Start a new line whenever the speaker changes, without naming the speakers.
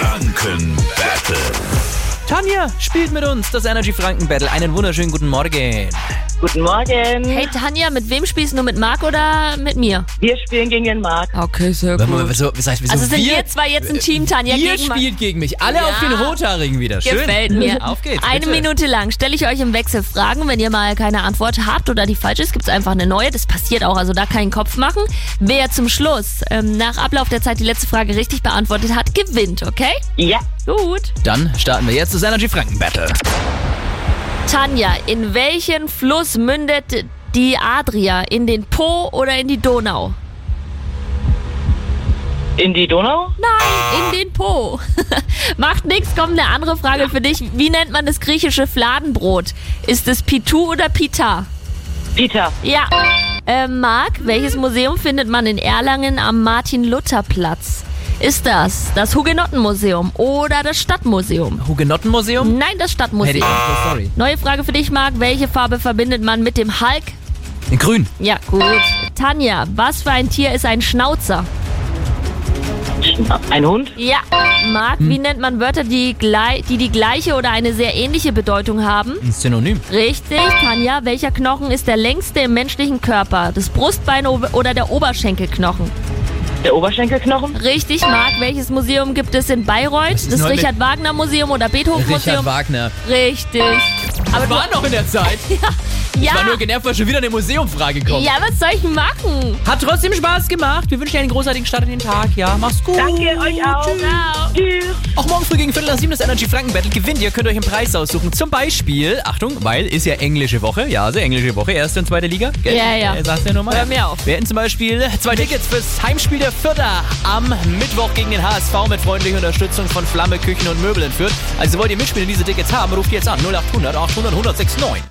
Franken Battle.
Tanja spielt mit uns das Energy Franken Battle. Einen wunderschönen guten Morgen.
Guten Morgen.
Hey Tanja, mit wem spielst du? Mit Marc oder mit mir?
Wir spielen gegen den Markt.
Okay, sehr
Warte mal, wieso, was heißt, wieso
Also sind
wir,
wir, zwei jetzt ein Team, Tanja,
ihr
gegen Marc.
spielt gegen mich. Alle
Ja.
auf den Rothaarigen wieder. Schön.
Gefällt mir.
Auf geht's.
Eine
bitte.
Minute lang stelle ich euch im Wechsel Fragen. Wenn ihr mal keine Antwort habt oder die falsch ist, gibt es einfach eine neue. Das passiert auch, also da keinen Kopf machen. Wer zum Schluss ähm, nach Ablauf der Zeit die letzte Frage richtig beantwortet hat, gewinnt, okay?
Ja.
Gut.
Dann starten wir jetzt das Energy Franken Battle.
Tanja, in welchen Fluss mündet die Adria? In den Po oder in die Donau?
In die Donau?
Nein, in den Po. Macht nix, kommt eine andere Frage für dich. Wie nennt man das griechische Fladenbrot? Ist es Pitou oder Pita?
Peter.
Ja. Äh, Marc, welches Museum findet man in Erlangen am Martin-Luther-Platz? Ist das das Hugenottenmuseum oder das Stadtmuseum?
Hugenottenmuseum?
Nein, das
Hätte ich.
Stadtmuseum.
Oh, sorry.
Neue Frage für dich, Marc. Welche Farbe verbindet man mit dem Hulk?
In Grün.
Ja, gut. Tanja, was für ein Tier ist ein Schnauzer?
Ein Hund?
Ja. Marc,
Hm.
wie nennt man Wörter, die, glei- die die gleiche oder eine sehr ähnliche Bedeutung haben?
Ein Synonym.
Richtig, Tanja. Welcher Knochen ist der längste im menschlichen Körper? Das Brustbein o- oder der Oberschenkelknochen?
Der Oberschenkelknochen?
Richtig, Marc. Welches Museum gibt es in Bayreuth?
ist
Das
neu mit-
Richard-Wagner-Museum oder
Richard
Beethoven-Museum?
Wagner.
Richtig. Aber
War noch in der Zeit.
du, ja,
Ich war nur genervt, weil schon wieder eine Museumfrage kommt.
ja, was soll ich machen?
Hat trotzdem Spaß gemacht. Wir wünschen dir einen großartigen Start in den Tag. Ja, mach's gut.
Danke, euch auch.
Ciao.
Tschüss.
Auch morgen früh gegen Viertel nach sieben das Energy Franken Battle gewinnt. Ihr könnt euch einen Preis aussuchen. Zum Beispiel, Achtung, weil ist ja englische Woche. Ja, also englische Woche, erste und zweite Liga. Gell?
Ja, ja.
Äh, Sagst du ja nochmal.
Hör mir auf.
Wir hätten zum Beispiel zwei Tickets fürs Heimspiel der Vierter am Mittwoch gegen den HSV mit freundlicher Unterstützung von Flamme Küchen und Möbel in Fürth. Also wollt ihr mitspielen und diese Tickets haben, ruft jetzt an 0800 800 1069.